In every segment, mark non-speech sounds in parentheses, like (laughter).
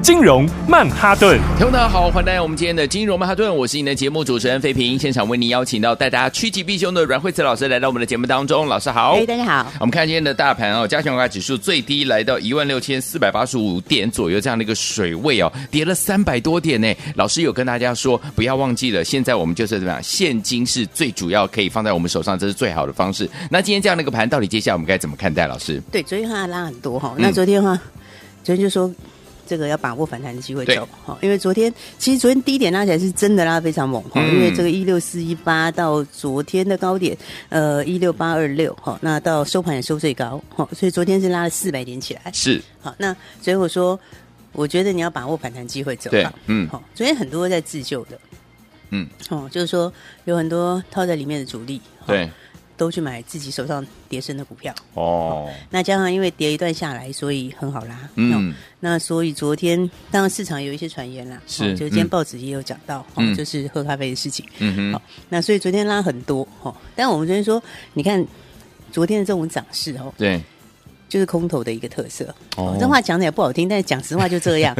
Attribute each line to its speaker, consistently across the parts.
Speaker 1: 金融曼哈顿。
Speaker 2: 听众大家好，欢迎来到我们今天的金融曼哈顿，我是你的节目主持人费平。现场为您邀请到带大家趋吉避凶的阮慧慈老师来到我们的节目当中，老师好。
Speaker 3: 哎，大家好。
Speaker 2: 我们看今天的大盘哦，加权股价指数最低来到一万六千四百八十五点左右这样的一个水位哦，跌了三百多点呢。老师有跟大家说，不要忘记了，现在我们就是怎么样，现金是最主要可以放在我们手上，这是最好的方式。那今天这样的一个盘，到底接下来我们该怎么看待？老师，
Speaker 3: 对，昨天话拉很多
Speaker 2: 嗯
Speaker 3: 哈、那昨天的话，昨天就说这个要把握反弹的机会
Speaker 2: 对
Speaker 3: 走哈，因为昨天其实昨天低点拉起来是真的拉得非常猛哈、
Speaker 2: 嗯
Speaker 3: 因为这个一六四一八到昨天的高点呃一六八二六哈，那到收盘也收最高哈、所以昨天是拉了四百点起来。
Speaker 2: 是
Speaker 3: 好，那所以我说，我觉得你要把握反弹机会走
Speaker 2: 对
Speaker 3: 了。
Speaker 2: 嗯
Speaker 3: 好，昨天很多在自救的，
Speaker 2: 嗯，
Speaker 3: 哦，就是说有很多套在里面的主力，哦，
Speaker 2: 对
Speaker 3: 都去买自己手上跌升的股票。
Speaker 2: 哦，
Speaker 3: 那加上因为跌一段下来，所以很好拉。
Speaker 2: 嗯
Speaker 3: 哦，那所以昨天当然市场有一些传言啦，
Speaker 2: 是
Speaker 3: 哦就今天
Speaker 2: 嗯
Speaker 3: 报纸也有讲到，哦
Speaker 2: 嗯
Speaker 3: 就是喝咖啡的事情。
Speaker 2: 嗯
Speaker 3: 好
Speaker 2: 哼，，
Speaker 3: 那所以昨天拉很多哦，但我们昨天说，你看昨天的这种涨势哦，
Speaker 2: 对，
Speaker 3: 就是空头的一个特色。
Speaker 2: 哦。
Speaker 3: 哦，这话讲的也不好听，但是讲实话就这样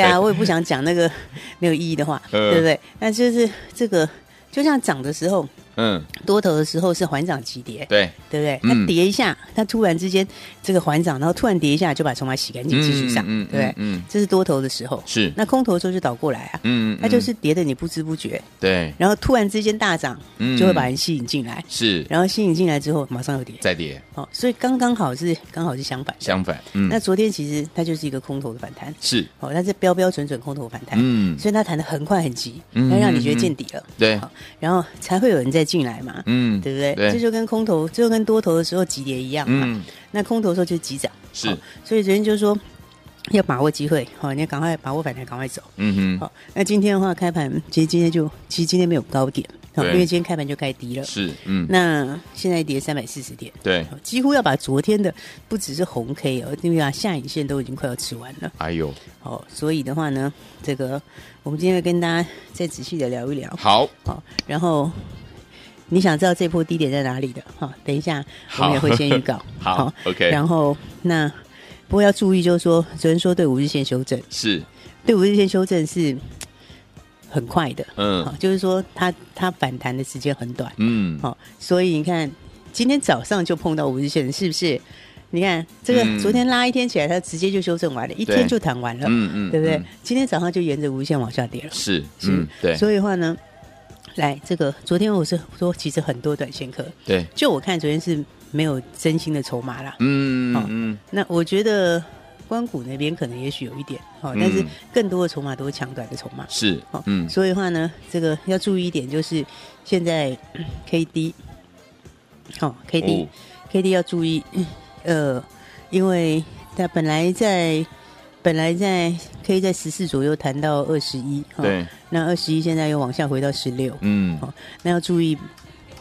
Speaker 2: (laughs) OK
Speaker 3: 啊，我也不想讲那个没有意义的话，
Speaker 2: 呃
Speaker 3: 对不对？那就是这个，就像涨的时候，
Speaker 2: 嗯，
Speaker 3: 多头的时候是缓涨急跌，
Speaker 2: 对，
Speaker 3: 对不对？
Speaker 2: 嗯
Speaker 3: 它跌一下，它突然之间这个缓涨，然后突然跌一下，就把筹码洗干净，继续上，
Speaker 2: 嗯嗯嗯
Speaker 3: 对不对？
Speaker 2: 嗯嗯
Speaker 3: 这是多头的时候。
Speaker 2: 是，
Speaker 3: 那空头的时候就倒过来啊，
Speaker 2: 嗯
Speaker 3: 它就是跌的你不知不觉，
Speaker 2: 对，
Speaker 3: 然后突然之间大涨
Speaker 2: 嗯，
Speaker 3: 就会把人吸引进来，
Speaker 2: 是
Speaker 3: 然后吸引进来之后马上又跌，
Speaker 2: 再跌，
Speaker 3: 哦，所以刚刚好是刚好是相反的。
Speaker 2: 相反，嗯
Speaker 3: 那，昨天其实它就是一个空头的反弹，
Speaker 2: 是，
Speaker 3: 哦，它是标标准准空头反弹，
Speaker 2: 嗯
Speaker 3: 所以它弹得很快很急，
Speaker 2: 嗯
Speaker 3: 它让你觉得见底了，
Speaker 2: 对，
Speaker 3: 好然后才会有人再进来嘛，
Speaker 2: 嗯，
Speaker 3: 对不对？
Speaker 2: 对
Speaker 3: 这就跟空头，这就跟多头的时候急跌一样嘛。
Speaker 2: 嗯，
Speaker 3: 那空头的时候就是急涨，
Speaker 2: 是
Speaker 3: 好所以昨天就说要把握机会，哦好、你要赶快把握反弹，赶快走。
Speaker 2: 嗯
Speaker 3: 好、
Speaker 2: 哼，
Speaker 3: 那今天的话，开盘其实今天就其实今天没有高点，好、
Speaker 2: 对
Speaker 3: 因为今天开盘就开低了。
Speaker 2: 是，嗯，
Speaker 3: 那现在跌三百四十点，
Speaker 2: 对，
Speaker 3: 好几乎要把昨天的不只是红 K 哦，因为啊下影线都已经快要吃完了。
Speaker 2: 哎呦，
Speaker 3: 哦，所以的话呢，这个我们今天会跟大家再仔细的聊一聊。
Speaker 2: 好，
Speaker 3: 好、然后你想知道这波低点在哪里的哈、等一下我
Speaker 2: 好。
Speaker 3: 们也会先预告
Speaker 2: (laughs)
Speaker 3: 哦
Speaker 2: 好，OK
Speaker 3: 然后那不过要注意，就是说昨天说对五日线修正，
Speaker 2: 是，
Speaker 3: 对五日线修正是很快的，好、
Speaker 2: 嗯，
Speaker 3: 就是说它它反弹的时间很短，
Speaker 2: 嗯，
Speaker 3: 好、所以你看今天早上就碰到五日线，是不是？你看这个
Speaker 2: 嗯
Speaker 3: 昨天拉一天起来，它直接就修正完了，一
Speaker 2: 对
Speaker 3: 天就弹完了，
Speaker 2: 嗯嗯
Speaker 3: 对不对？
Speaker 2: 嗯
Speaker 3: 今天早上就沿着无限往下跌了。
Speaker 2: 是，
Speaker 3: 是
Speaker 2: 嗯，对，
Speaker 3: 所以的话呢，来这个昨天我是说，其实很多短线客，
Speaker 2: 对，
Speaker 3: 就我看昨天是没有真心的筹码啦。
Speaker 2: 嗯
Speaker 3: 好
Speaker 2: 嗯，
Speaker 3: 那我觉得关谷那边可能也许有一点哦，
Speaker 2: 嗯
Speaker 3: 但是更多的筹码都是抢短的筹码。
Speaker 2: 是
Speaker 3: 哦，，
Speaker 2: 嗯，
Speaker 3: 所以的话呢，这个要注意一点，就是现在 K D，好、K D、
Speaker 2: 哦
Speaker 3: K D 要注意，呃，因为它本来在本来在可以在十四左右谈到二十一，哦
Speaker 2: 对，
Speaker 3: 那二十一现在又往下回到十六，
Speaker 2: 嗯
Speaker 3: 好那要注意会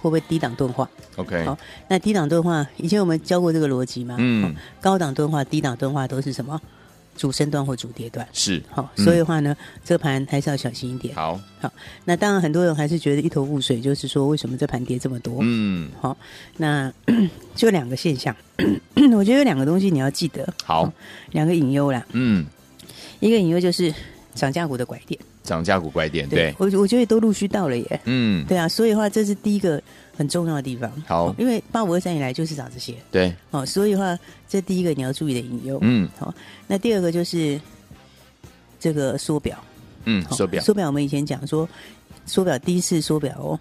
Speaker 3: 不会低档钝化？
Speaker 2: ，OK，
Speaker 3: 好，那低档钝化，以前我们教过这个逻辑吗？
Speaker 2: 嗯，
Speaker 3: 高档钝化、低档钝化都是什么？主升段或主跌段。
Speaker 2: 是，
Speaker 3: 好，
Speaker 2: 嗯
Speaker 3: 所以的话呢，这盘还是要小心一点。
Speaker 2: 好，
Speaker 3: 那当然，很多人还是觉得一头雾水，就是说为什么这盘跌这么多？
Speaker 2: 嗯，
Speaker 3: 好，那 (coughs) 就两个现象， (coughs) 我觉得有两个东西你要记得，
Speaker 2: 好，
Speaker 3: 两个隐忧啦。
Speaker 2: 嗯，
Speaker 3: 一个隐忧就是涨价股的拐点，
Speaker 2: 涨价股拐点，对，
Speaker 3: 我我觉得都陆续到了耶。
Speaker 2: 嗯，
Speaker 3: 对啊，所以的话，这是第一个很重要的地方。
Speaker 2: 好
Speaker 3: 哦因为八五二三以来就是涨这些
Speaker 2: 对，
Speaker 3: 哦，所以的话，这第一个你要注意的隐忧。
Speaker 2: 嗯
Speaker 3: 那第二个就是这个缩表，
Speaker 2: 嗯，
Speaker 3: 哦
Speaker 2: 手表，
Speaker 3: 缩表我们以前讲说，缩表第一次缩表哦，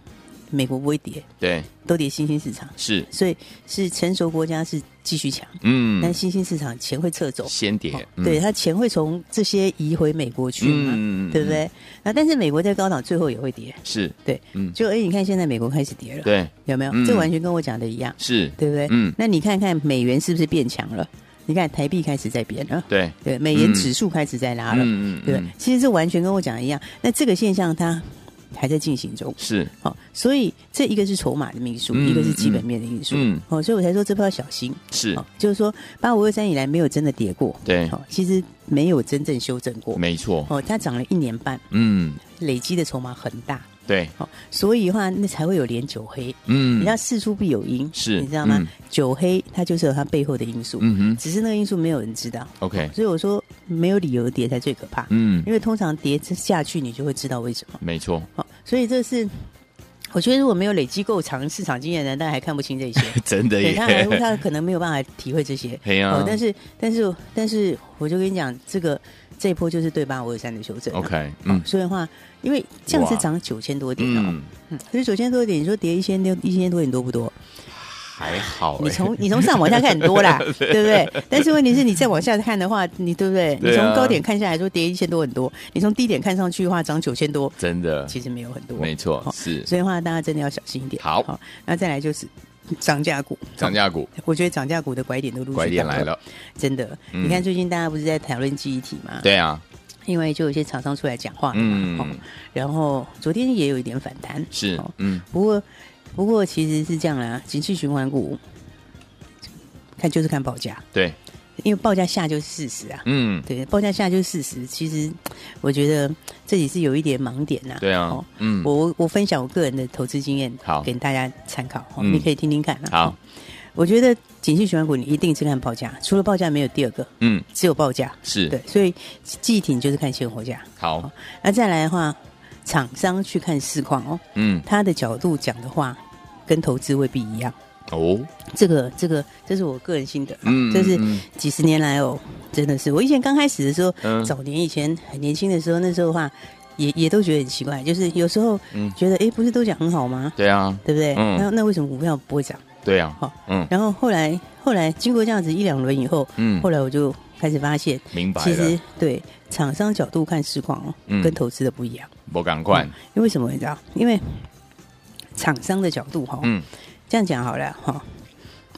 Speaker 3: 美国不会跌，
Speaker 2: 对，
Speaker 3: 都跌新兴市场，
Speaker 2: 是，
Speaker 3: 所以是成熟国家是继续强，但
Speaker 2: 嗯，
Speaker 3: 新兴市场钱会撤走，
Speaker 2: 先嗯
Speaker 3: 哦
Speaker 2: 跌，
Speaker 3: 对，，它钱会从这些移回美国去嘛，
Speaker 2: 嗯
Speaker 3: 对不？对？那但是美国在高档最后也会跌，
Speaker 2: 是，
Speaker 3: 对，
Speaker 2: 嗯，
Speaker 3: 就哎，你看现在美国开始跌了。
Speaker 2: 对，
Speaker 3: 有没有？
Speaker 2: 嗯
Speaker 3: 这完全跟我讲的一样，
Speaker 2: 是，
Speaker 3: 对不对？
Speaker 2: 嗯
Speaker 3: 那你看看美元是不是变强了？你看台币开始在贬了，
Speaker 2: 对，
Speaker 3: 对，美元指数开始在拉了，
Speaker 2: 嗯嗯嗯，
Speaker 3: 对不对
Speaker 2: 嗯，
Speaker 3: 其实这完全跟我讲的一样。那这个现象它还在进行中。
Speaker 2: 是，
Speaker 3: 好、所以这一个是筹码的因素，
Speaker 2: 嗯
Speaker 3: 一个是基本面的因素。
Speaker 2: 嗯，
Speaker 3: 哦，所以我才说这波要小心。
Speaker 2: 是
Speaker 3: 哦，就是说八五二三以来没有真的跌过，
Speaker 2: 对
Speaker 3: 哦，其实没有真正修正过。
Speaker 2: 没错，
Speaker 3: 哦，它涨了一年半，
Speaker 2: 嗯，
Speaker 3: 累积的筹码很大，
Speaker 2: 对，
Speaker 3: 好、所以的话那才会有连九黑。
Speaker 2: 嗯
Speaker 3: 你要事出必有因，
Speaker 2: 是
Speaker 3: 你知道吗
Speaker 2: 嗯？
Speaker 3: 九黑它就是有它背后的因素，
Speaker 2: 嗯哼
Speaker 3: 只是那个因素没有人知道，
Speaker 2: ，OK，
Speaker 3: 所以我说没有理由跌才最可怕，
Speaker 2: 嗯，
Speaker 3: 因为通常跌下去你就会知道为什么。
Speaker 2: 没错，
Speaker 3: 好，所以这是我觉得如果没有累积够长市场经验的人，大概还看不清
Speaker 2: (laughs)
Speaker 3: 这些，
Speaker 2: 真的
Speaker 3: 对，他还
Speaker 2: 耶，
Speaker 3: 他可能没有办法体会这些。
Speaker 2: (laughs) 嘿呀
Speaker 3: 哦但是但是但是我就跟你讲，这个这一波就是对八五二三的修正啊。
Speaker 2: ，OK，
Speaker 3: 嗯
Speaker 2: 嗯，，
Speaker 3: 所以的话，因为这样子
Speaker 2: 哇
Speaker 3: 涨九千多点哦，
Speaker 2: 嗯，
Speaker 3: 嗯，可是九千多点，你说跌一千多一千多点多不多？
Speaker 2: 还好欸耶，
Speaker 3: 你从你从上往下看很
Speaker 2: (laughs)
Speaker 3: 多啦，对不对？但是问题是你再往下看的话，你对不对？
Speaker 2: 对啊
Speaker 3: 你从高点看下来说跌一千多很多，你从低点看上去的话涨九千多，
Speaker 2: 真的，
Speaker 3: 其实没有很多，
Speaker 2: 没错
Speaker 3: 好，
Speaker 2: 是
Speaker 3: 所以的话，大家真的要小心一点。
Speaker 2: 好
Speaker 3: 那再来就是涨价股，
Speaker 2: 涨价股，
Speaker 3: 我觉得涨价股的拐点都陆续
Speaker 2: 拐点
Speaker 3: 到
Speaker 2: 来了，，
Speaker 3: 真的。
Speaker 2: 嗯
Speaker 3: 你看最近大家不是在讨论记忆体嘛？，
Speaker 2: 对啊，
Speaker 3: 因为就有些厂商出来讲话了
Speaker 2: 嗯
Speaker 3: 嘛，嗯，然后昨天也有一点反弹，
Speaker 2: 是
Speaker 3: 好，
Speaker 2: 嗯，
Speaker 3: 不过，不过其实是这样啦，景气循环股，看就是看报价，
Speaker 2: 对，
Speaker 3: 因为报价下就是事实啊。
Speaker 2: 嗯，
Speaker 3: 对，报价下就是事实。其实，我觉得这里是有一点盲点呐、
Speaker 2: 对啊
Speaker 3: 哦，
Speaker 2: 嗯，
Speaker 3: 我我我分享我个人的投资经验，
Speaker 2: 好
Speaker 3: 给大家参考、哦
Speaker 2: 嗯
Speaker 3: 你可以听听看、啊。
Speaker 2: 好，
Speaker 3: 我觉得景气循环股你一定是看报价，除了报价没有第二个，
Speaker 2: 嗯，
Speaker 3: 只有报价。
Speaker 2: 是，
Speaker 3: 对，所以记忆体你就是看现货价。
Speaker 2: 好，
Speaker 3: 那再来的话，厂商去看市况哦，
Speaker 2: 嗯，
Speaker 3: 他的角度讲的话，跟投资未必一样。
Speaker 2: 哦，
Speaker 3: 这个这个，这是我个人心得，啊
Speaker 2: 嗯
Speaker 3: 这是
Speaker 2: 嗯
Speaker 3: 几十年来哦，真的是我以前刚开始的时候，
Speaker 2: 嗯
Speaker 3: 早年以前很年轻的时候，那时候的话也也都觉得很奇怪，就是有时候
Speaker 2: 嗯
Speaker 3: 觉得哎、诶不是都讲很好吗？
Speaker 2: 对啊，
Speaker 3: 对不对？
Speaker 2: 嗯
Speaker 3: 那那为什么股票不会涨？
Speaker 2: 对啊
Speaker 3: 好，
Speaker 2: 嗯
Speaker 3: 然后后来后来经过这样子一两轮以后，
Speaker 2: 嗯
Speaker 3: 后，来我就开始发现，
Speaker 2: 明白
Speaker 3: 其实
Speaker 2: 了，
Speaker 3: 对厂商角度看市况哦，
Speaker 2: 嗯
Speaker 3: 跟投资的不一样。
Speaker 2: 我赶快，
Speaker 3: 因为什么你知道？因为厂商的角度哈、
Speaker 2: 嗯，
Speaker 3: 这样讲好了哈、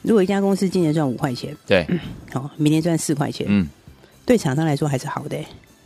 Speaker 3: 如果一家公司今年赚五块钱，
Speaker 2: 对，
Speaker 3: 哦，明年赚四块钱，
Speaker 2: 嗯，
Speaker 3: 对厂商来说还是好的、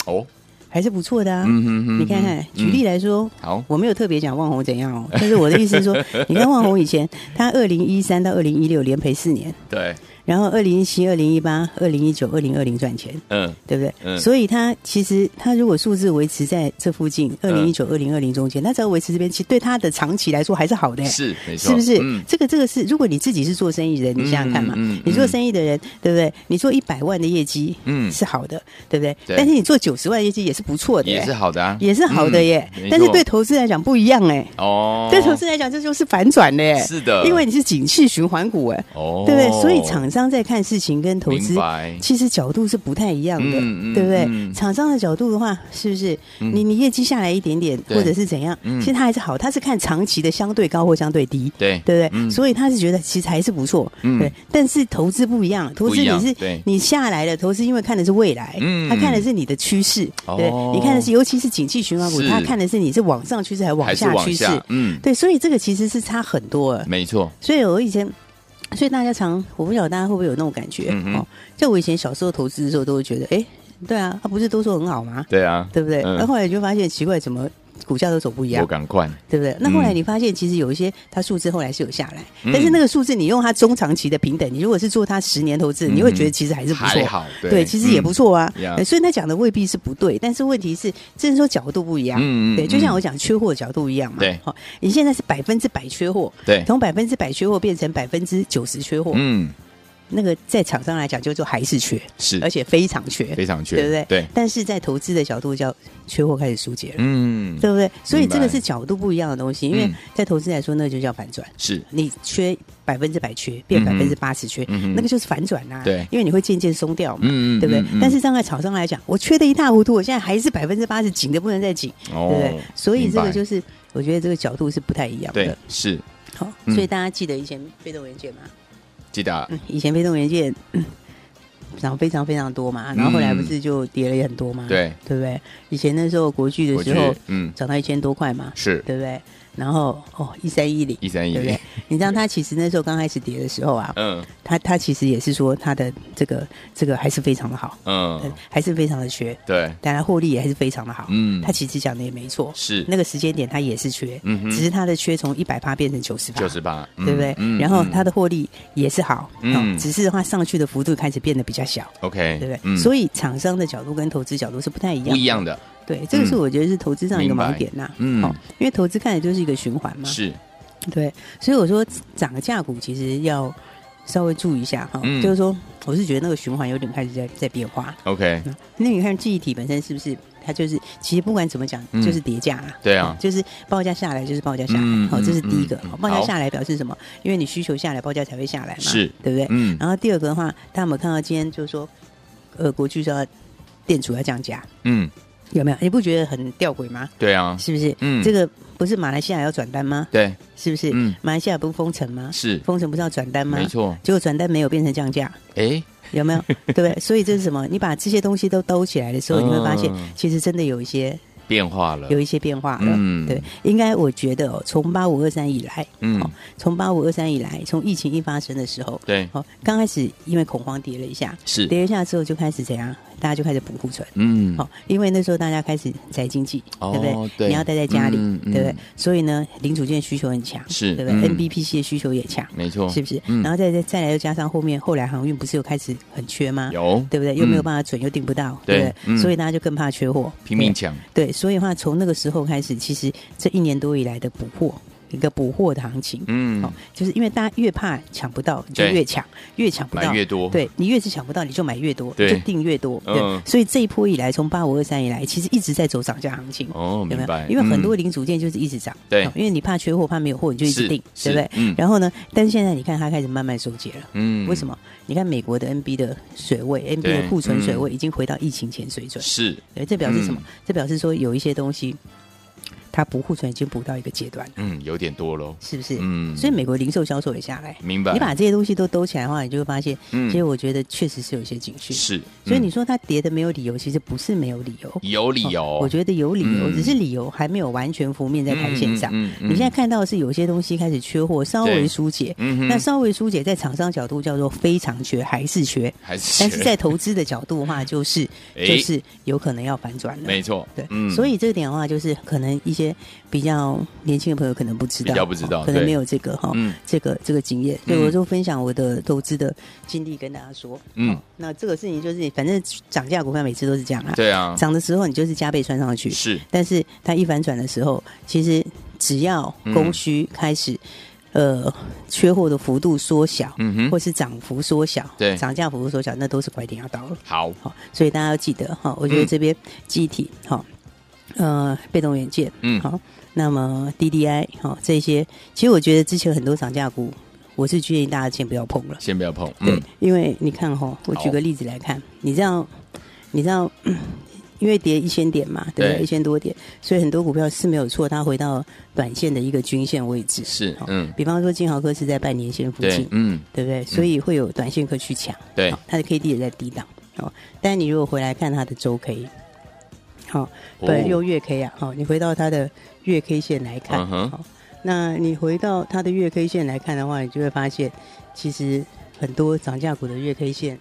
Speaker 2: 哦，
Speaker 3: 还是不错的啊。
Speaker 2: 嗯哼哼，
Speaker 3: 你看看
Speaker 2: 嗯，
Speaker 3: 举例，来说，
Speaker 2: 好，
Speaker 3: 我没有特别讲万红怎样哦，但是我的意思
Speaker 2: (laughs)
Speaker 3: 是说，你看万红以前，他二零一三到二零一六连赔四年，
Speaker 2: 对，
Speaker 3: 然后二零一七、二零一八、二零一九、二零二零赚钱，
Speaker 2: 嗯，
Speaker 3: 对不对？
Speaker 2: 嗯
Speaker 3: 所以他其实他如果数字维持在这附近，
Speaker 2: 嗯
Speaker 3: 二零一九、二零二零中间，他只要维持这边，其实对他的长期来说还是好的、
Speaker 2: 是，没错，
Speaker 3: 哎是不是？
Speaker 2: 嗯，
Speaker 3: 这个这个是，如果你自己是做生意的人，你想想看嘛，
Speaker 2: 嗯嗯嗯
Speaker 3: 你做生意的人，对不对？你做一百万的业绩，
Speaker 2: 嗯
Speaker 3: 是好的，对不对？
Speaker 2: 对
Speaker 3: 但是你做九十万业绩也是不错的耶，
Speaker 2: 也是好的啊，
Speaker 3: 也是好的耶。
Speaker 2: 嗯没
Speaker 3: 但是
Speaker 2: 错
Speaker 3: 对投资来讲不一样哎，
Speaker 2: 哦，
Speaker 3: 对投资来讲这就是反转的耶，
Speaker 2: 是的，
Speaker 3: 因为你是景气循环股哎，
Speaker 2: 哦，
Speaker 3: 对不对？所以厂商在看事情跟投
Speaker 2: 明
Speaker 3: 资
Speaker 2: 白
Speaker 3: 其实角度是不太一样的，
Speaker 2: 嗯嗯
Speaker 3: 对不对？
Speaker 2: 嗯
Speaker 3: 厂商的角度的话，是不是、你你业绩下来一点点，
Speaker 2: 对
Speaker 3: 或者是怎样，
Speaker 2: 嗯
Speaker 3: 其实它还是好，它是看长期的相对高或相对低，
Speaker 2: 对
Speaker 3: 对不对？
Speaker 2: 嗯
Speaker 3: 所以他是觉得其实还是不错，
Speaker 2: 嗯
Speaker 3: 对。但是投资不一样，投
Speaker 2: 不
Speaker 3: 资
Speaker 2: 一样
Speaker 3: 你是
Speaker 2: 对
Speaker 3: 你下来了，投资因为看的是未来，
Speaker 2: 嗯
Speaker 3: 他看的是你的趋势，
Speaker 2: 哦
Speaker 3: 对，你看的是尤其是景气循环股，
Speaker 2: 是
Speaker 3: 他看的是你是往上趋势还是往
Speaker 2: 还是
Speaker 3: 下
Speaker 2: 往
Speaker 3: 趋势，
Speaker 2: 下，嗯，
Speaker 3: 对，所以这个其实是差很多的。
Speaker 2: 没错，
Speaker 3: 所以我以前，所以大家常，我不晓得大家会不会有那种感觉、
Speaker 2: 嗯哼
Speaker 3: 哦。像我以前小时候投资的时候，都会觉得，哎，对啊，他、不是都说很好吗？
Speaker 2: 对啊，
Speaker 3: 对不对？
Speaker 2: 嗯
Speaker 3: 那、后来你就发现奇怪，怎么股价都走不一样
Speaker 2: 我？赶快，
Speaker 3: 对不对？那后来
Speaker 2: 嗯
Speaker 3: 你发现，其实有一些它数字后来是有下来，
Speaker 2: 嗯
Speaker 3: 但是那个数字你用它中长期的平等，你如果是做它十年投资，你会觉得其实还是不
Speaker 2: 嗯
Speaker 3: 错
Speaker 2: 还。好，
Speaker 3: 对，其实也不
Speaker 2: 嗯
Speaker 3: 错啊，
Speaker 2: 呀
Speaker 3: 呃所以他讲的未必是不对，但是问题是，只是说角度不一样，
Speaker 2: 嗯嗯
Speaker 3: 对，
Speaker 2: 嗯
Speaker 3: 就像我讲缺货角度一样嘛，
Speaker 2: 对
Speaker 3: 好，你现在是百分之百缺货，
Speaker 2: 嗯对
Speaker 3: 从百分之百缺货变成百分之九十缺货，
Speaker 2: 嗯，
Speaker 3: 那个在厂商来讲叫做还是缺，
Speaker 2: 是
Speaker 3: 而且非常缺，
Speaker 2: 非常缺，
Speaker 3: 对不对？
Speaker 2: 对，
Speaker 3: 但是在投资的角度叫缺货开始疏解了，
Speaker 2: 嗯，
Speaker 3: 对不对？所以这
Speaker 2: 明
Speaker 3: 个
Speaker 2: 白
Speaker 3: 是角度不一样的东西，因为
Speaker 2: 嗯
Speaker 3: 在投资来说，那就叫反转。
Speaker 2: 是
Speaker 3: 你缺百分之百缺，变百
Speaker 2: 嗯
Speaker 3: 分之
Speaker 2: 哼
Speaker 3: 八十缺，
Speaker 2: 嗯哼
Speaker 3: 那个就是反转呐、
Speaker 2: 对
Speaker 3: 因为你会渐渐松掉嘛，
Speaker 2: 嗯嗯
Speaker 3: 对不对？
Speaker 2: 嗯嗯
Speaker 3: 但是站在厂商来讲，我缺的一塌糊涂，我现在还是百分之八十紧的不能再紧，
Speaker 2: 哦
Speaker 3: 对不对？所以这
Speaker 2: 明
Speaker 3: 个
Speaker 2: 白
Speaker 3: 就是我觉得这个角度是不太一样
Speaker 2: 对
Speaker 3: 的。
Speaker 2: 是，
Speaker 3: 好，
Speaker 2: 嗯
Speaker 3: 所以大家记得以前被动元件嘛，
Speaker 2: 记得啊
Speaker 3: 嗯以前被动元件。嗯涨非常非常多嘛，然后后来不是就跌了也很多嘛，
Speaker 2: 嗯对
Speaker 3: 对不对？以前那时候国巨的
Speaker 2: 我
Speaker 3: 时
Speaker 2: 觉
Speaker 3: 候
Speaker 2: 得嗯
Speaker 3: 涨到一千多块嘛，
Speaker 2: 是
Speaker 3: 对不对？然后哦一三一零，
Speaker 2: 一三一
Speaker 3: 对不
Speaker 2: 零
Speaker 3: 对，？你知道它其实那时候刚开始跌的时候啊，
Speaker 2: 嗯
Speaker 3: 它它其实也是说它的这个这个还是非常的好，
Speaker 2: 嗯，
Speaker 3: 还是非常的缺，
Speaker 2: 对，
Speaker 3: 但它获利也还是非常的好。
Speaker 2: 嗯
Speaker 3: 它其实讲的也没错，
Speaker 2: 是
Speaker 3: 那个时间点它也是缺，
Speaker 2: 嗯哼
Speaker 3: 只是它的缺从一百趴变成九十趴，
Speaker 2: 九十八，嗯
Speaker 3: 对不对？
Speaker 2: 嗯
Speaker 3: 然后它
Speaker 2: 的
Speaker 3: 的获利也是好，
Speaker 2: 嗯
Speaker 3: 嗯，只是的话上去的幅度开始变得比较小，
Speaker 2: OK，
Speaker 3: 对不对？
Speaker 2: 嗯
Speaker 3: 所以厂商的角度跟投资角度是不太一样，
Speaker 2: 不一样。的
Speaker 3: 对，这个是我觉得是投资上一个
Speaker 2: 明白
Speaker 3: 盲点呐、
Speaker 2: 嗯
Speaker 3: 哦，因为投资看的就是一个循环嘛，
Speaker 2: 是，
Speaker 3: 对，所以我说涨价股其实要稍微注意一下哈、
Speaker 2: 嗯
Speaker 3: 就是说我是觉得那个循环有点开始在在变化。
Speaker 2: OK，
Speaker 3: 嗯那你看记忆体本身是不是它就是其实不管怎么讲
Speaker 2: 嗯
Speaker 3: 就是叠价啊。
Speaker 2: 对啊
Speaker 3: 嗯就是报价下来就是报价下来，
Speaker 2: 嗯
Speaker 3: 好，这是
Speaker 2: 嗯
Speaker 3: 第一个
Speaker 2: 嗯嗯。
Speaker 3: 报价
Speaker 2: 好
Speaker 3: 下来表示什么？因为你需求下来，报价才会下来嘛，
Speaker 2: 是
Speaker 3: 对不对？啊
Speaker 2: 嗯
Speaker 3: 然后第二个的话，大家有没有看到今天就是说，呃，国巨说要电阻要降价，
Speaker 2: 嗯，
Speaker 3: 有没有？你不觉得很吊诡吗？
Speaker 2: 对啊，
Speaker 3: 是不是？
Speaker 2: 嗯
Speaker 3: 这个不是马来西亚要转单吗？
Speaker 2: 对，
Speaker 3: 是不是？
Speaker 2: 嗯
Speaker 3: 马来西亚不是封城吗？
Speaker 2: 是，
Speaker 3: 封城不是要转单吗？
Speaker 2: 没。错，
Speaker 3: 结果转单没有变成降价，
Speaker 2: 哎，(laughs)
Speaker 3: 有没有？对不对？所以这是什么？你把这些东西都兜起来的时候，
Speaker 2: 嗯
Speaker 3: 你会发现，其实真的有一些
Speaker 2: 变化了，
Speaker 3: 有一些变化了。
Speaker 2: 嗯
Speaker 3: 对，应该我觉得哦，从八五二三以来，
Speaker 2: 嗯
Speaker 3: 哦，从八五二三以来，从疫情一发生的时候，
Speaker 2: 对，
Speaker 3: 哦，刚开始因为恐慌跌了一下，
Speaker 2: 是，
Speaker 3: 跌了一下之后就开始怎样？大家就开始补库存。
Speaker 2: 嗯，
Speaker 3: 哦，因为那时候大家开始宅经济，
Speaker 2: 哦
Speaker 3: 对不对？
Speaker 2: 对
Speaker 3: 你要待在家里，
Speaker 2: 嗯嗯
Speaker 3: 对不对？所以呢，零组件需求很强，
Speaker 2: 是
Speaker 3: 对不
Speaker 2: 嗯
Speaker 3: 对、n b p c 的需求也强，
Speaker 2: 没错，
Speaker 3: 是不是？
Speaker 2: 嗯
Speaker 3: 然后再再再来又加上后面后来航运不是又开始很缺吗？
Speaker 2: 有，
Speaker 3: 对不对？又没有
Speaker 2: 嗯
Speaker 3: 办法准，又订不到，
Speaker 2: 对
Speaker 3: 对不对？
Speaker 2: 嗯
Speaker 3: 所以大家就更怕缺货，
Speaker 2: 拼命
Speaker 3: 对
Speaker 2: 抢，
Speaker 3: 对，所以的话，从那个时候开始，其实这一年多以来的补货，一个补货的行情。
Speaker 2: 嗯
Speaker 3: 哦，，就是因为大家越怕抢不到，你就
Speaker 2: 对
Speaker 3: 越抢，越抢不
Speaker 2: 买
Speaker 3: 到
Speaker 2: 越多，，
Speaker 3: 对你越是抢不到，你就买越多，
Speaker 2: 对
Speaker 3: 就订越多。对，
Speaker 2: 嗯
Speaker 3: 所以这一波以来，从八五二三以来，其实一直在走涨价行情。
Speaker 2: 哦，
Speaker 3: 有没
Speaker 2: 明白，
Speaker 3: 有？因为很多
Speaker 2: 嗯
Speaker 3: 零组件就是一直涨，
Speaker 2: 对
Speaker 3: 哦因为你怕缺货，怕没有货，你就一直
Speaker 2: 是
Speaker 3: 定，对
Speaker 2: 是
Speaker 3: 不对？
Speaker 2: 嗯
Speaker 3: 然后呢，但是现在你看它开始慢慢收结了，
Speaker 2: 嗯
Speaker 3: 为什么？你看美国的 NB 的水位，NB 的库存水位已经回到疫情前水准，
Speaker 2: 是
Speaker 3: 对，这表示什么
Speaker 2: 嗯？
Speaker 3: 这表示说有一些东西它补库存已经补到一个阶段了，
Speaker 2: 嗯，有点多喽。
Speaker 3: 是不是？
Speaker 2: 嗯
Speaker 3: 所以美国零售销售也下来，
Speaker 2: 明白。
Speaker 3: 你把这些东西都兜起来的话，你就会发现，
Speaker 2: 嗯
Speaker 3: 其实我觉得确实是有一些警讯。
Speaker 2: 是，
Speaker 3: 所以你
Speaker 2: 嗯
Speaker 3: 说它跌的没有理由，其实不是没有理由。
Speaker 2: 有理由，
Speaker 3: 哦我觉得有理由，
Speaker 2: 嗯
Speaker 3: 只是理由还没有完全浮面在台线上。
Speaker 2: 嗯嗯嗯嗯
Speaker 3: 你现在看到的是有些东西开始缺货，稍微疏解。
Speaker 2: 嗯哼
Speaker 3: 那稍微疏解，在厂商角度叫做非常缺，还
Speaker 2: (laughs)
Speaker 3: 是缺。
Speaker 2: 还是
Speaker 3: 但是在投资的角度的话，就是
Speaker 2: 哎
Speaker 3: 就是有可能要反转了。
Speaker 2: 没嗯错，
Speaker 3: 对，所以这点的话，就是可能一些比较年轻的朋友可能不知道，
Speaker 2: 比较不知道
Speaker 3: 哦可能
Speaker 2: 对
Speaker 3: 没有这个哈、
Speaker 2: 嗯
Speaker 3: 这个这个经验，所以我就分享我的投资的经历跟大家说。
Speaker 2: 嗯
Speaker 3: 哦那这个事情就是，反正涨价股票每次都是这样啊，
Speaker 2: 对啊，
Speaker 3: 涨的时候你就是加倍穿上去，
Speaker 2: 是
Speaker 3: 但是它一反转的时候，其实只要供需开始、呃缺货的幅度缩小，
Speaker 2: 嗯哼
Speaker 3: 或是涨幅缩小，
Speaker 2: 对
Speaker 3: 涨价幅度缩小，那都是拐点要到了。
Speaker 2: 好，
Speaker 3: 好、所以大家要记得哈、我觉得
Speaker 2: 嗯
Speaker 3: 这边记忆体哈、呃，被动元件，
Speaker 2: 嗯
Speaker 3: 好、那么 DDI 哈、这些，其实我觉得之前很多涨价股，我是建议大家先不要碰了，
Speaker 2: 先不要碰，
Speaker 3: 对，
Speaker 2: 嗯，
Speaker 3: 因为你看哈、我
Speaker 2: 好
Speaker 3: 举个例子来看，你知道，你知道。 (clears throat) 嗯因为跌一千点嘛，对不对？
Speaker 2: 对
Speaker 3: 一千多点，所以很多股票是没有错，它回到短线的一个均线位置。
Speaker 2: 是
Speaker 3: 好
Speaker 2: 嗯
Speaker 3: 比方说金豪科是在半年线附
Speaker 2: 对
Speaker 3: 近，，
Speaker 2: 嗯，
Speaker 3: 对不对？所以会有短线客去抢，
Speaker 2: 对
Speaker 3: 好，它的 K D 也在低档哦。但你如果回来看它的周 K，好、
Speaker 2: 哦
Speaker 3: 不然用月 K 啊，好、你回到它的月 K 线来看，
Speaker 2: 嗯哼
Speaker 3: 好那你回到它的月 K 线来看的话，你就会发现，其实很多涨价股的月 K 线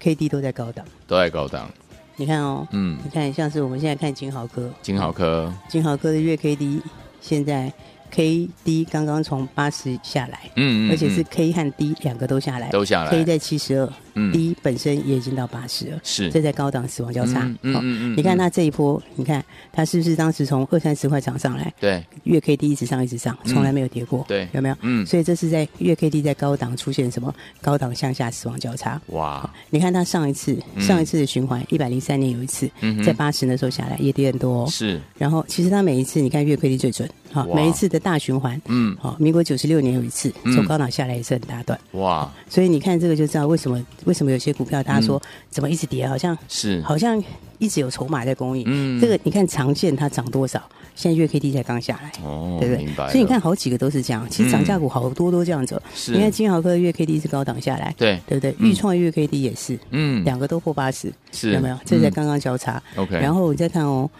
Speaker 3: K D 都在高档。
Speaker 2: 都在高档，
Speaker 3: 你看哦，
Speaker 2: 嗯，
Speaker 3: 你看像是我们现在看金豪科，
Speaker 2: 金豪科，
Speaker 3: 金豪科的月 K D 现在 K D 刚刚从八十下来，
Speaker 2: 嗯，嗯
Speaker 3: 而且是
Speaker 2: 嗯
Speaker 3: K 和 D 两个都下来，
Speaker 2: 都下来
Speaker 3: K 在七十二
Speaker 2: 嗯
Speaker 3: ，D 本身也已经到八十了，
Speaker 2: 是
Speaker 3: 这在高档死亡交叉
Speaker 2: 嗯。嗯
Speaker 3: 哦
Speaker 2: 嗯嗯
Speaker 3: 你看
Speaker 2: 嗯
Speaker 3: 它这一波，你看它是不是当时从二三十块涨上来，
Speaker 2: 对
Speaker 3: 月 K D 一直上一直上，从来没有跌过，
Speaker 2: 嗯对
Speaker 3: 有没有？
Speaker 2: 嗯
Speaker 3: 所以这是在月 K D 在高档出现什么高档向下死亡交叉。
Speaker 2: 哇，
Speaker 3: 你看它上一次上一次的循环，一百零三年有一次
Speaker 2: 嗯哼，
Speaker 3: 在八十的时候下来也跌很多哦。
Speaker 2: 是
Speaker 3: 然后其实它每一次，你看月 K D 最准，好，
Speaker 2: 哇
Speaker 3: 每一次的大循环，
Speaker 2: 嗯
Speaker 3: 好，民国九十六年有一次
Speaker 2: 嗯
Speaker 3: 从高档下来也是很大段。
Speaker 2: 哇
Speaker 3: 所以你看这个就知道为什么为什么有些股票大家说、
Speaker 2: 嗯
Speaker 3: 怎么一直跌，啊好像
Speaker 2: 是
Speaker 3: 好像一直有筹码在供应。
Speaker 2: 嗯
Speaker 3: 这个你看长线它涨多少，现在月 K D 才刚下来。
Speaker 2: 哦，
Speaker 3: 对不
Speaker 2: 明白
Speaker 3: 对？
Speaker 2: 了，嗯
Speaker 3: 所以你看，好几个都是这样。其实涨价股好多都这样子。
Speaker 2: 是
Speaker 3: 你看金豪科的月 K D 是高档下来，
Speaker 2: 对
Speaker 3: 对不对？
Speaker 2: 嗯
Speaker 3: 豫创月 K D 也是，
Speaker 2: 嗯
Speaker 3: 两个都破八十，
Speaker 2: 是
Speaker 3: 有没有？这才
Speaker 2: 嗯
Speaker 3: 刚刚交叉。
Speaker 2: OK，
Speaker 3: 然后你再看哦，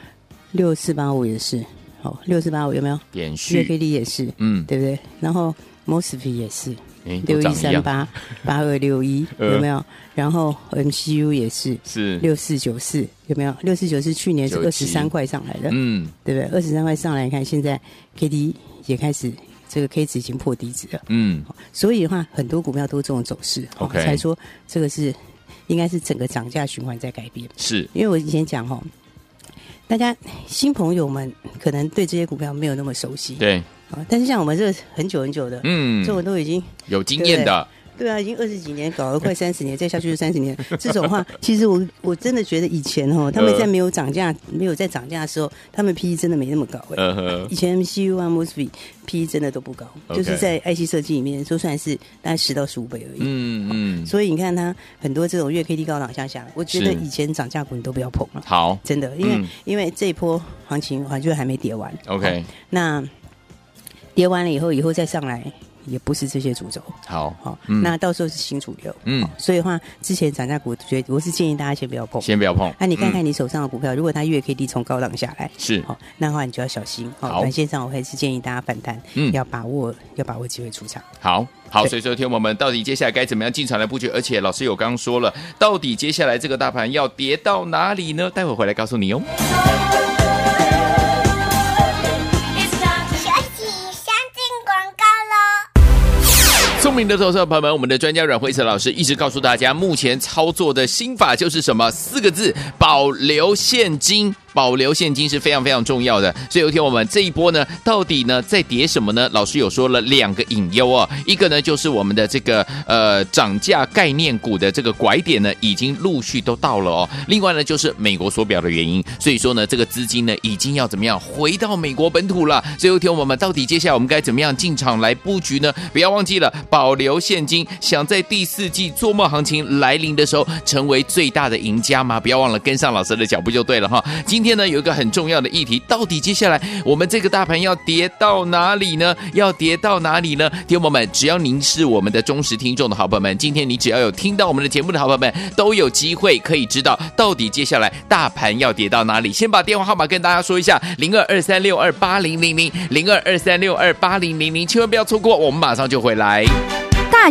Speaker 3: 六四八五也是，哦，六十八五有没有？
Speaker 2: 点
Speaker 3: 月 K
Speaker 2: 序，
Speaker 3: D 也是，
Speaker 2: 嗯，
Speaker 3: 对不对？然后 MOSFET 也是
Speaker 2: 哎，
Speaker 3: 六
Speaker 2: 都
Speaker 3: 一
Speaker 2: 长一
Speaker 3: 三
Speaker 2: 样，
Speaker 3: 八八二六一
Speaker 2: (laughs) 呃
Speaker 3: 有没有？然后 MCU 也是
Speaker 2: 是，
Speaker 3: 六四九四有没有？六四九四去年是二十
Speaker 2: 97
Speaker 3: 三块上来的，
Speaker 2: 嗯，
Speaker 3: 对不对？二十三块上来，你看现在 K D 也开始这个 K 值已经破低值了。
Speaker 2: 嗯，
Speaker 3: 所以的话，很多股票都这种走势哦
Speaker 2: OK
Speaker 3: 才说这个是应该是整个涨价循环在改变。
Speaker 2: 是，
Speaker 3: 因为我以前讲哦，大家新朋友们可能对这些股票没有那么熟悉，
Speaker 2: 对，
Speaker 3: 啊，但是像我们这个很久很久的，
Speaker 2: 嗯
Speaker 3: 这，种都已经
Speaker 2: 有经验的，
Speaker 3: 对啊，已经二十几年，搞
Speaker 2: (laughs)
Speaker 3: 了快三十年，再下去就三十年。这种话，其实我我真的觉得以前哦，他
Speaker 2: 呃
Speaker 3: 们在没有涨价、没有在涨价的时候，他们 PE 真的没那么高、欸。
Speaker 2: 呃 (laughs) 呵，
Speaker 3: 以前 MCU 啊、MOSFET PE 真的都不高
Speaker 2: OK
Speaker 3: 就是在 IC 设计里面都算是大概十到十五倍而已。
Speaker 2: 嗯嗯，
Speaker 3: 所以你看它很多这种月 K D 高档向下来，我觉得
Speaker 2: 是
Speaker 3: 以前涨价股你都不要碰了，
Speaker 2: 好
Speaker 3: 真的，因为、
Speaker 2: 嗯
Speaker 3: 因为这一波行情好像还没跌完。
Speaker 2: ，OK，
Speaker 3: 那跌完了以后，以后再上来也不是这些主轴，
Speaker 2: 好，
Speaker 3: 好、
Speaker 2: 嗯
Speaker 3: 那到时候是新主流。
Speaker 2: 嗯，
Speaker 3: 所以的话，之前涨价股，觉得我是建议大家先不要碰。
Speaker 2: 先不要碰，
Speaker 3: 那、你看
Speaker 2: 嗯，
Speaker 3: 看你手上的股票，如果它月 K D 从高档下来，
Speaker 2: 是
Speaker 3: 好、那的话你就要小心。好、
Speaker 2: 好
Speaker 3: 短线上我还是建议大家反弹，
Speaker 2: 嗯
Speaker 3: 要把握要把握机会出场。
Speaker 2: 好好，
Speaker 3: 对
Speaker 2: 所以说，听我们到底接下来该怎么样进场来布局？而且老师有刚刚说了，到底接下来这个大盘要跌到哪里呢？待会回来告诉你哦。
Speaker 4: 学习先进广告喽。
Speaker 2: 聪明的投资者朋友们，我们的专家阮慧慈老师一直告诉大家，目前操作的心法就是什么？四个字：保留现金。保留现金是非常非常重要的。所以有一天我们这一波呢，到底呢在跌什么呢？老师有说了两个隐忧哦，一个呢就是我们的这个呃涨价概念股的这个拐点呢，已经陆续都到了哦。另外呢就是美国缩表的原因，所以说呢这个资金呢已经要怎么样回到美国本土了。所以有一天我们到底接下来我们该怎么样进场来布局呢？不要忘记了保留现金，想在第四季做梦行情来临的时候成为最大的赢家吗？不要忘了跟上老师的脚步就对了哈。今天呢有一个很重要的议题，到底接下来我们这个大盘要跌到哪里呢？要跌到哪里呢？听众朋友们，只要您是我们的忠实听众的好朋友们，今天你只要有听到我们的节目的好朋友们，都有机会可以知道到底接下来大盘要跌到哪里。先把电话号码跟大家说一下：零二二三六二八零零零，零二二三六二八零零零，千万不要错过，我们马上就回来。
Speaker 5: 大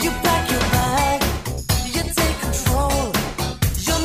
Speaker 6: You pack your bag, you take control. You're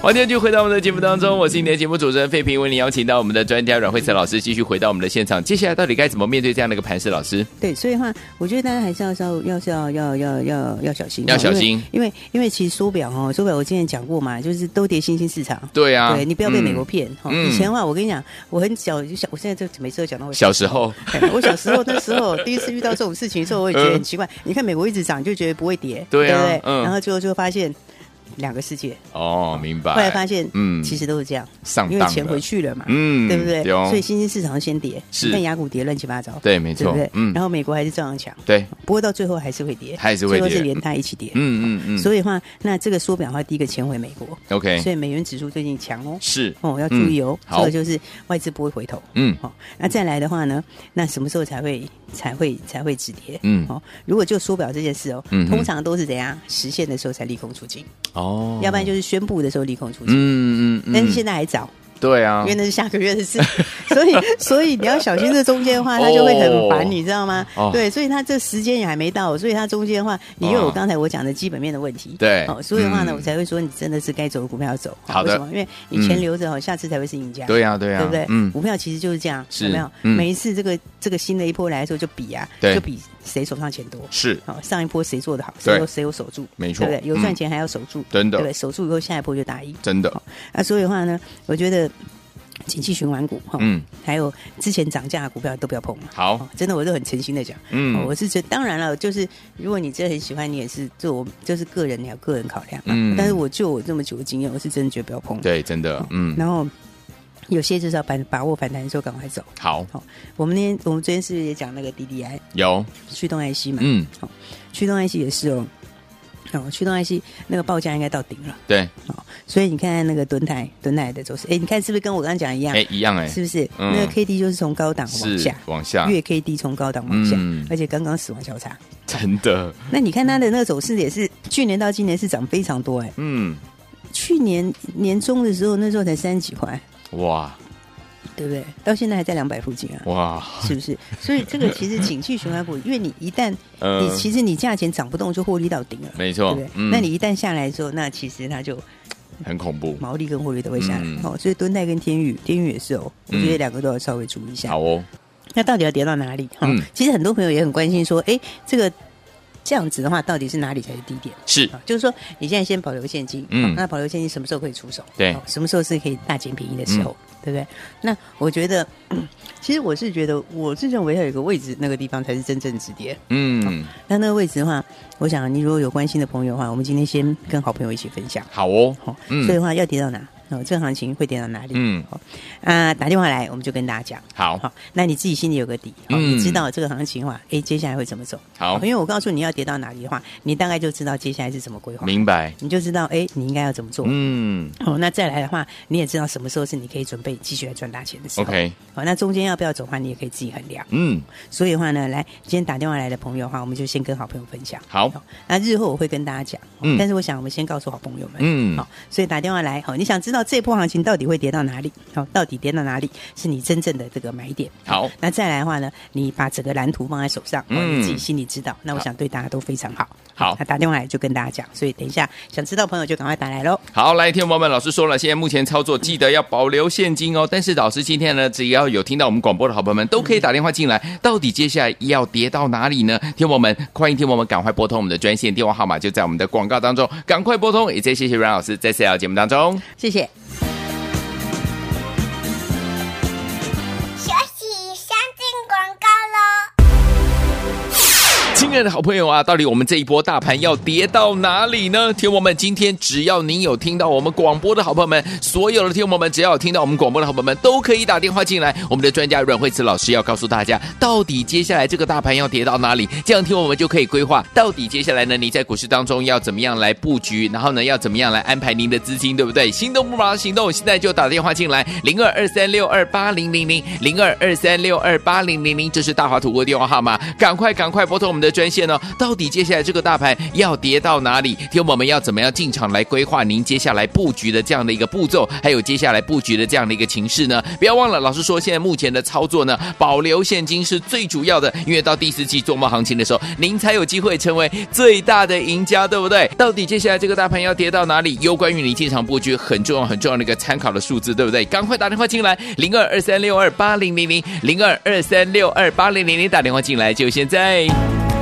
Speaker 2: 欢迎继续回到我们的节目当中，我是你的节目主持人费平，为您邀请到我们的专家阮慧慈老师继续回到我们的现场。接下来到底该怎么面对这样的一个盘势？老师，
Speaker 3: 对，所以的话，我觉得大家还是要稍要是要要要要要小心，
Speaker 2: 要小心
Speaker 3: 因为因为因为其实缩表哦，缩表我之前讲过嘛，就是都跌新兴市场，
Speaker 2: 对啊，
Speaker 3: 对你不要被美国骗哈。
Speaker 2: 嗯
Speaker 3: 以前的话，我跟你讲，我很小就小，我现在就每次都讲到我
Speaker 2: 嗯、小时候，
Speaker 3: 哎我小时候那时候第一次遇到这种事情的时候，我也觉得很奇怪。你看美国一直涨，就觉得不会跌，
Speaker 2: 嗯对啊
Speaker 3: 不对？
Speaker 2: 嗯
Speaker 3: 然后最后就发现两个世界，
Speaker 2: 哦，明白。
Speaker 3: 后来发现，
Speaker 2: 嗯
Speaker 3: 嗯，其实都是这样，
Speaker 2: 上
Speaker 3: 因
Speaker 2: 当
Speaker 3: 为
Speaker 2: 了，
Speaker 3: 钱回去了嘛，
Speaker 2: 嗯
Speaker 3: 对不对？
Speaker 2: 对哦
Speaker 3: 所以新兴市场先跌，
Speaker 2: 是
Speaker 3: 你看雅股跌乱七八糟，
Speaker 2: 对没
Speaker 3: 对
Speaker 2: 错，
Speaker 3: 不对？
Speaker 2: 嗯，
Speaker 3: 然后美国还是照样强，
Speaker 2: 对，
Speaker 3: 不过到最后还是会跌，
Speaker 2: 还是会跌
Speaker 3: 最后是连带一起跌。
Speaker 2: 嗯嗯嗯，
Speaker 3: 所以的话，那这个缩表的话，第一个钱回美国，
Speaker 2: 以 OK
Speaker 3: 所以美元指数最近强哦，
Speaker 2: 是
Speaker 3: 哦，要注意哦，
Speaker 2: 嗯
Speaker 3: 这
Speaker 2: 好
Speaker 3: 个，就是外资不会回头。
Speaker 2: 嗯
Speaker 3: 哦，那再来的话呢，那什么时候才会才会才会止跌？
Speaker 2: 嗯
Speaker 3: 哦，如果就缩表这件事哦，
Speaker 2: 嗯哼
Speaker 3: 通常都是怎样实现的时候才利空出尽，
Speaker 2: 哦，
Speaker 3: 要不然就是宣布的时候利空出尽。
Speaker 2: 嗯嗯嗯，
Speaker 3: 但是现在还早，
Speaker 2: 对啊
Speaker 3: 因为，那是下个月的事， (laughs) 所以所以你要小心这中间
Speaker 2: (laughs)
Speaker 3: 的话，它就会很
Speaker 2: 哦
Speaker 3: 烦，你知道吗
Speaker 2: 哦？
Speaker 3: 对，所以它这时间也还没到，所以它中间的话，你又
Speaker 2: 哦
Speaker 3: 有刚才我讲的基本面的问题，
Speaker 2: 对
Speaker 3: 哦，所以的话呢，
Speaker 2: 嗯
Speaker 3: 我才会说你真的是该走的股票要走，
Speaker 2: 好的
Speaker 3: 为什么？因为你钱
Speaker 2: 嗯
Speaker 3: 留着哦，下次才会是赢家，
Speaker 2: 对啊对啊，
Speaker 3: 对不对？
Speaker 2: 嗯
Speaker 3: 股票其实就是这样，
Speaker 2: 是
Speaker 3: 有没有？
Speaker 2: 嗯
Speaker 3: 每一次这个这个新的一波来的时候，就比啊，
Speaker 2: 对
Speaker 3: 就比谁手上钱多。
Speaker 2: 是
Speaker 3: 好，上一波谁做的好，
Speaker 2: 对
Speaker 3: 谁有谁有守住，
Speaker 2: 没错嗯
Speaker 3: 对不对？有赚钱还要守住，
Speaker 2: 真的
Speaker 3: 对不对？哦守住以后，下一波就打赢。
Speaker 2: 真的，
Speaker 3: 那啊所以的话呢，我觉得景气循环股哈，
Speaker 2: 嗯
Speaker 3: 还有之前涨价的股票都不要碰了。
Speaker 2: 好
Speaker 3: 哦，，真的，我都很诚心的讲，哦
Speaker 2: 嗯
Speaker 3: 我是觉得，当然了，就是如果你真的很喜欢，你也是做我就是个人，你要个人考量嘛。
Speaker 2: 嗯
Speaker 3: 但是我就我这么久的经验，我是真的觉得不要碰。
Speaker 2: 对，真的，嗯，
Speaker 3: 然后有些就是要把把握反弹的时候赶快走。
Speaker 2: 好，
Speaker 3: 我们那天我们昨天是不是也讲那个 DDI
Speaker 2: 有，
Speaker 3: 驱动 IC 嘛？
Speaker 2: 嗯，
Speaker 3: 驱动 IC 也是哦。哦，驱动 IC 那个报价应该到顶了，
Speaker 2: 对，
Speaker 3: 所以你看那个蹲台蹲台的走势，哎，你看是不是跟我刚刚讲一样？
Speaker 2: 哎，一样哎，
Speaker 3: 是不是？
Speaker 2: 嗯
Speaker 3: 那个 K D 就是从高档往
Speaker 2: 是
Speaker 3: 下，
Speaker 2: 往下， (laughs)
Speaker 3: 月 K D 从高档往下，
Speaker 2: 嗯
Speaker 3: 而且刚刚死亡交叉。
Speaker 2: 真的，
Speaker 3: 那你看它的那个走势也是，去年到今年是涨非常多哎、
Speaker 2: 嗯，
Speaker 3: 去年年中的时候那时候才三十几块，
Speaker 2: 哇
Speaker 3: 对不对？到现在还在两百附近啊。
Speaker 2: 哇，
Speaker 3: 是不是？所以这个其实景气循环股，因为你一旦
Speaker 2: 嗯
Speaker 3: 你其实你价钱涨不动，就获利到顶了，
Speaker 2: 没
Speaker 3: 对
Speaker 2: 错
Speaker 3: 不对，？
Speaker 2: 嗯
Speaker 3: 那你一旦下来之后，那其实它就
Speaker 2: 很恐怖，
Speaker 3: 毛利跟获利都会下来
Speaker 2: 嗯
Speaker 3: 哦。所以敦泰跟天宇，天宇也是哦，我
Speaker 2: 嗯
Speaker 3: 觉得两个都要稍微注意一下
Speaker 2: 好。哦，
Speaker 3: 那到底要跌到哪里？哈
Speaker 2: 嗯，
Speaker 3: 其实很多朋友也很关心说，哎，这个这样子的话，到底是哪里才是低点？
Speaker 2: 是
Speaker 3: 啊，就是说你现在先保留现金，
Speaker 2: 嗯
Speaker 3: 嗯，那保留现金什么时候可以出手？
Speaker 2: 对嗯
Speaker 3: 哦什么时候是可以大捡便宜的时候，对不对？那我觉得， (clears throat) 嗯其实我是觉得，我是认为要有一个位置，那个地方才是真正止跌。
Speaker 2: 嗯，
Speaker 3: 那那个位置的话，我想你如果有关心的朋友的话，我们今天先跟好朋友一起分享。
Speaker 2: 好哦
Speaker 3: 哦，，
Speaker 2: 嗯
Speaker 3: 所以的话要跌到哪？哦，这个行情会跌到哪里？
Speaker 2: 嗯
Speaker 3: 哦，啊，打电话来，我们就跟大家讲。
Speaker 2: 好，
Speaker 3: 好，那你自己心里有个底，
Speaker 2: 嗯
Speaker 3: 好，
Speaker 2: 哦
Speaker 3: 你知道这个行情的话，哎，接下来会怎么走？
Speaker 2: 好
Speaker 3: 因为我告诉你要跌到哪里的话，你大概就知道接下来是怎么规划，
Speaker 2: 明白，
Speaker 3: 你就知道哎，你应该要怎么做。
Speaker 2: 嗯
Speaker 3: 哦，那再来的话，你也知道什么时候是你可以准备继续来赚大钱的时候。
Speaker 2: ，OK，
Speaker 3: 好，那中间要不要走的话，你也可以自己衡量。
Speaker 2: 嗯，
Speaker 3: 所以的话呢，来今天打电话来的朋友的话，我们就先跟好朋友分享。
Speaker 2: 好，
Speaker 3: 那日后我会跟大家讲，
Speaker 2: 嗯
Speaker 3: 但是我想我们先告诉好朋友们，
Speaker 2: 嗯
Speaker 3: 好，所以打电话来，好，你想知道这波行情到底会跌到哪里？好，到底跌到哪里是你真正的这个买点？
Speaker 2: 好
Speaker 3: 那再来的话呢，你把整个蓝图放在手上，
Speaker 2: 嗯
Speaker 3: 嗯，你自己心里知道，那我想对大家都非常好。
Speaker 2: 好
Speaker 3: 那打电话来就跟大家讲，所以等一下想知道朋友就赶快打来喽。
Speaker 2: 好，来，听众朋友们，老师说了，现在目前操作记得要保留现金哦。但是老师今天呢，只要有听到我们广播的好朋友们，都可以打电话进来。到底接下来要跌到哪里呢？听众朋友们，欢迎听众朋友们赶快拨通我们的专线电话号码，就在我们的广告当中，赶快拨通。也再谢谢阮老师在这条节目当中。
Speaker 3: 谢谢。
Speaker 4: 学习先进广告喽。
Speaker 2: 亲爱的好朋友啊，到底我们这一波大盘要跌到哪里呢？听友们，今天只要您有听到我们广播的好朋友们，所有的听友们，只要有听到我们广播的好朋友们，都可以打电话进来。我们的专家阮慧慈老师要告诉大家，到底接下来这个大盘要跌到哪里？这样听我们就可以规划，到底接下来呢，你在股市当中要怎么样来布局，然后呢，要怎么样来安排您的资金，对不对？心动不马上行动，现在就打电话进来，零二二三六二八零零零零二二三六二八零零零，这是大华土国电话号码，赶快赶快拨通我们的专。分线哦。到底接下来这个大盘要跌到哪里？听我们要怎么样进场来规划您接下来布局的这样的一个步骤，还有接下来布局的这样的一个情势呢？不要忘了，老师说现在目前的操作呢，保留现金是最主要的，因为到第四季做梦行情的时候，您才有机会成为最大的赢家，对不对？到底接下来这个大盘要跌到哪里，攸关于你进场布局很重要很重要的一个参考的数字，对不对？赶快打电话进来，零二二三六二八零零零零二二三六二八零零零打电话进来就现在。